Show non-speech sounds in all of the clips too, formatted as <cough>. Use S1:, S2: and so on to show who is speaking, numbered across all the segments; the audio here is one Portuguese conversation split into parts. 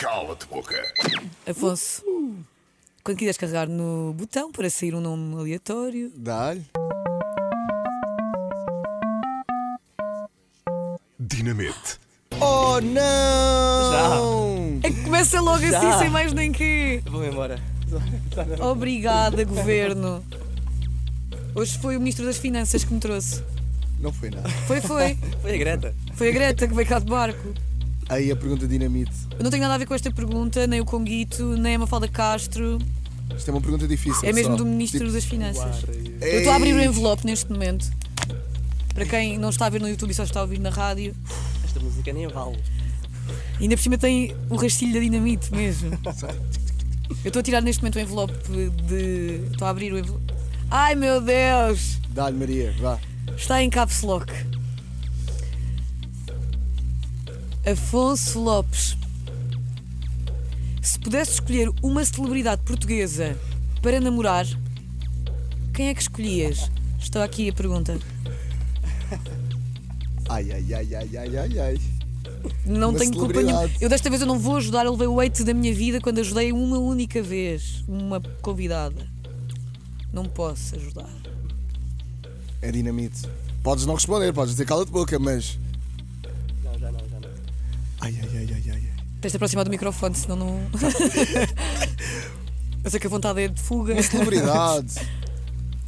S1: Cala-te boca.
S2: Afonso, quando quiseres carregar no botão para sair um nome aleatório,
S3: Dá-lhe.
S1: Dinamite.
S3: Oh não!
S4: não!
S2: é que começa logo assim,
S4: Já.
S2: sem mais nem quê.
S4: Vou embora.
S2: Obrigada, governo. Hoje foi o Ministro das Finanças que me trouxe.
S3: Não foi nada.
S2: Foi, foi.
S4: Foi a Greta.
S2: Foi a Greta que veio cá de barco.
S3: Aí a pergunta dinamite.
S2: Eu não tenho nada a ver com esta pergunta, nem o Conguito, nem a Mafalda Castro.
S3: Isto é uma pergunta difícil.
S2: É mesmo do
S3: pessoal.
S2: Ministro
S3: Tipo,
S2: das Finanças.
S4: é
S2: Eu estou a abrir o envelope neste momento. Para quem não está a ver no YouTube e só está a ouvir na rádio.
S4: Esta música nem vale.
S2: E ainda por cima tem o rastilho da dinamite mesmo. Eu estou a tirar neste momento o envelope de. Estou a abrir o envelope. Ai meu Deus!
S3: Dá-lhe Maria, vá.
S2: Está em caps lock. Afonso Lopes. Se pudesse escolher uma celebridade portuguesa para namorar, quem é que escolhias? Estou aqui a pergunta.
S3: Ai, ai, ai, ai, ai, ai, ai.
S2: Não
S3: Uma
S2: tenho culpa
S3: celebridade.
S2: nenhuma. Eu desta vez eu não vou ajudar, eu levei o weight da minha vida quando ajudei uma única vez uma convidada. Não posso ajudar.
S3: É dinamite. Podes não responder, podes dizer cala-te boca, mas.
S4: Não, já não, já não.
S3: Ai, ai, ai, ai, ai.
S2: <laughs>
S3: ai.
S2: Tens de aproximar do microfone, senão não. <laughs> eu sei que a vontade é de fuga.
S3: Celebridade.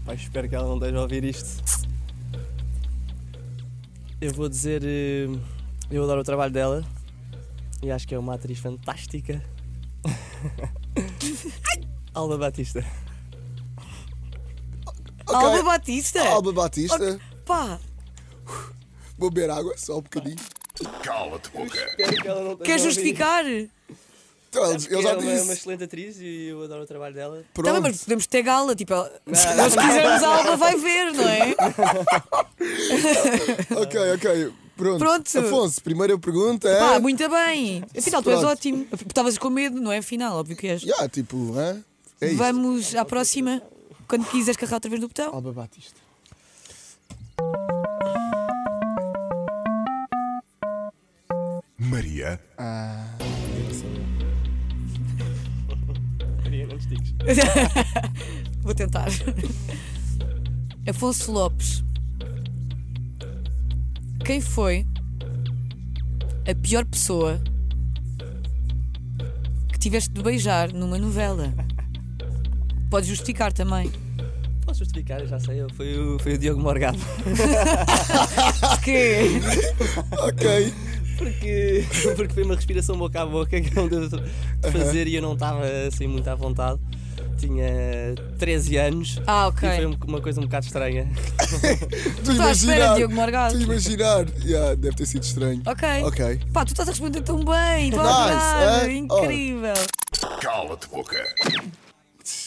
S4: Pai, espero que ela não esteja a ouvir isto. Eu vou dizer. eh, Eu adoro o trabalho dela. E acho que é uma atriz <laughs> fantástica. Alba Batista.
S3: Ok.
S2: Alba Batista!
S3: Alba Batista.
S2: Pá!
S3: Vou beber água só um bocadinho.
S1: Cala-te boca.
S4: Espero que ela não esteja
S2: Quer
S4: a ouvir.
S2: justificar? Tá
S3: Então,
S4: Acho que
S3: eu já
S4: é uma, uma
S3: disse.
S4: excelente atriz e eu adoro o trabalho dela.
S3: Pronto.
S2: Tá bem, mas podemos ter gala, tipo, ela-
S4: Não,
S2: se
S4: não,
S2: nós
S4: não.
S2: quisermos a Alba vai ver, não é?
S3: Ok, ok. Pronto.
S2: Pronto.
S3: Afonso, primeira pergunta é.
S2: Pá, muito bem! Afinal, tu és
S3: Pronto.
S2: ótimo. Estavas com medo, não é? Afinal, óbvio que és.
S3: Yeah, tipo, hã? é isso.
S2: Vamos à próxima. Quando quiseres carregar outra vez no botão.
S3: Alba Batista.
S1: Maria.
S4: Maria, não distingues.
S2: <laughs> Vou tentar. Afonso Lopes. Quem foi a pior pessoa que tiveste de beijar numa novela? Podes justificar também.
S4: Posso justificar, eu já sei. eu- Foi o, foi o Diogo Morgado.
S3: <laughs>
S2: Porquê?
S3: Ok.
S4: Porque, <laughs> porque foi uma respiração boca a boca que não deu de fazer e eu não estava assim muito à vontade. Tinha 13 anos
S2: Ah,
S4: e
S2: ok.
S4: foi um- uma coisa um bocado estranha.
S3: Tu
S2: Estou à espera,
S3: imaginar.
S2: Diogo Morgado.
S3: Tu imaginar. Yeah, deve ter sido estranho.
S2: Ok.
S3: Ok.
S2: Pá, tu estás a responder tão bem. Vá
S3: Nice,
S2: lá,
S3: eh?
S2: Incrível.
S1: Cala-te boca.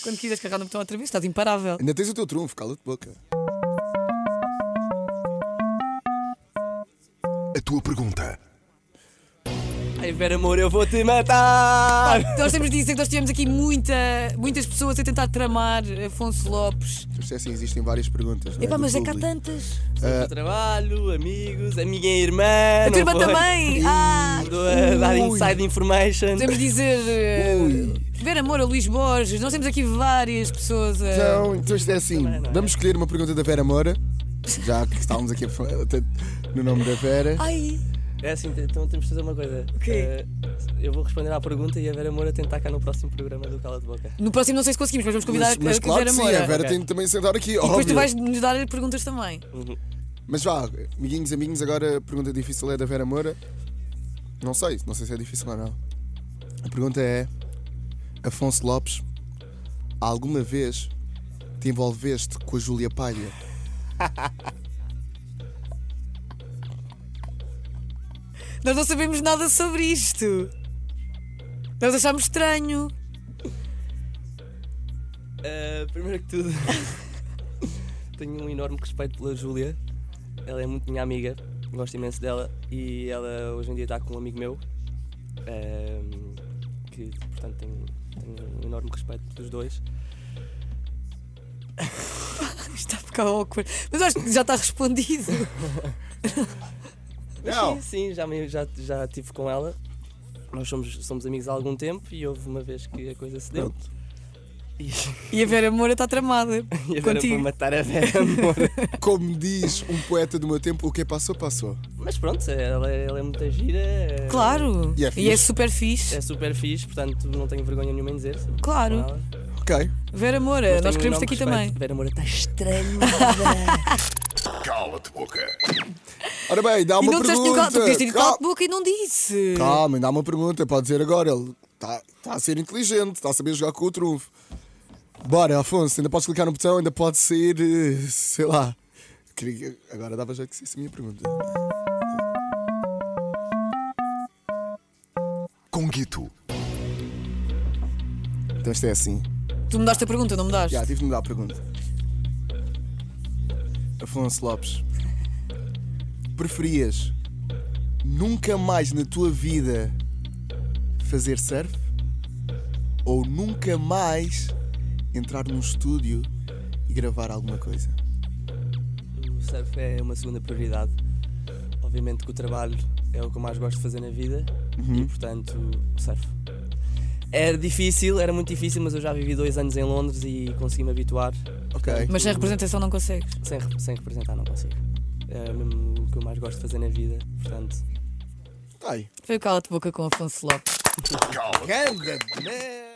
S2: Quando quiseres carregar no botão outra vez, estás imparável.
S3: Ainda tens o teu trunfo, cala-te boca.
S1: A tua pergunta.
S4: Ai, Vera Moura, eu vou te matar!
S2: Nós temos de dizer que nós tivemos aqui muita, muitas pessoas a tentar tramar Afonso Lopes.
S3: Tu disseste, assim, existem várias perguntas. Não
S2: Epá,
S3: do
S2: mas é que há
S3: público. Ah,
S2: tantas.
S4: Sobre o trabalho, amigos, a minha irmã.
S2: A tua
S4: não
S2: irmã
S4: foi?
S2: também!
S4: <laughs>
S2: Ah!
S4: Estou a dar
S3: Ui.
S4: inside information.
S2: Podemos dizer. eh,
S3: Ui.
S2: Ver amor a Luís Borges, nós temos aqui várias pessoas a.
S3: Então, então isto é assim.
S4: Também não é.
S3: Vamos escolher uma pergunta da Vera Moura. Já que estávamos aqui a falar <laughs> até no nome da Vera.
S2: Ai!
S4: É assim, t- então temos de fazer uma coisa.
S2: quê?
S4: Eh, eu vou responder à pergunta e a Vera Moura tentar cá no próximo programa do Cala de Boca.
S2: No próximo não sei se conseguimos, mas vamos convidar
S3: Mas,
S2: a-
S3: mas
S2: a
S3: claro
S2: Vera
S3: que sim,
S2: Moura.
S3: a Vera
S4: Ok.
S3: tem de também sentar aqui,
S2: E depois
S3: óbvio.
S2: tu vais nos dar perguntas também.
S4: Uhum.
S3: Mas vá, amiguinhos, amiguinhos, agora a pergunta difícil é da Vera Moura. Não sei, não sei se é difícil ou não. A pergunta é: Afonso Lopes, alguma vez te envolveste com a Júlia Palha?
S2: Nós não sabemos nada sobre isto. Nós achámos estranho. <laughs>
S4: Eh, primeiro que tudo, <laughs> tenho um enorme respeito pela Júlia. Ela é muito minha amiga, gosto imenso dela e ela hoje em dia está com um amigo meu. ehm, que, portanto, tenho, tenho um enorme respeito dos dois.
S2: Isto está a ficar awkward. Mas eu acho que já está respondido.
S4: Mas Sim, sim, já, me- já, já estive com ela. Nós somos, somos amigos há algum tempo e houve uma vez que a coisa se deu.
S3: Pronto.
S4: E, <laughs>
S2: E a Vera Moura está tramada.
S4: e agora
S2: Contigo.
S4: vou matar a <laughs> Vera Moura.
S3: Como diz um poeta do meu tempo, o que passou, passou.
S4: Mas pronto, ela, é- ela é muito gira. é-
S2: Claro.
S3: E é
S2: e é
S3: fixe.
S2: super fixe.
S4: É super fixe, portanto não tenho vergonha nenhuma em dizer.
S2: Claro.
S4: Ela-
S3: Ok.
S2: Vera Moura,
S4: mas tenho
S2: nós
S4: um
S2: queremos-te
S4: enorme
S2: aqui
S4: respeito.
S2: também.
S4: Vera Moura está
S1: Cala-te boca.
S3: Ora bem, dá
S2: E
S3: uma
S2: não disseste nenhum calo.
S3: pergunta.
S2: Tu podias ter dito
S3: Cal-
S2: cala boca e não disse.
S3: Calma, dá uma pergunta, pode dizer agora. Ele está a ser inteligente, está a saber jogar com o trunfo. Bora, Afonso, ainda podes clicar no botão, ainda pode sair, eh, sei lá. Queria- Agora dava já que isso é a minha pergunta.
S1: Conguito.
S3: Então isto é assim.
S2: Tu me daste a pergunta, não me daste?
S3: Já, tive de mudar a pergunta. Afonso Lopes, preferias nunca mais na tua vida fazer surf ou nunca mais entrar num estúdio e gravar alguma coisa?
S4: O surf é uma segunda prioridade. Obviamente que o trabalho é o que eu mais gosto de fazer na vida
S3: Uhum.
S4: e, portanto, surf. Era difícil, era muito difícil, mas eu já vivi dois anos em Londres e consegui me habituar.
S3: Ok.
S2: Mas sem representação não consegues.
S4: Sem, re- sem representar, não consigo. É mesmo o que eu mais gosto de fazer na vida, portanto.
S3: Tá aí.
S2: Foi o Cala-te Boca com Afonso Lopes.
S1: Cala-te.
S3: Ganda merda!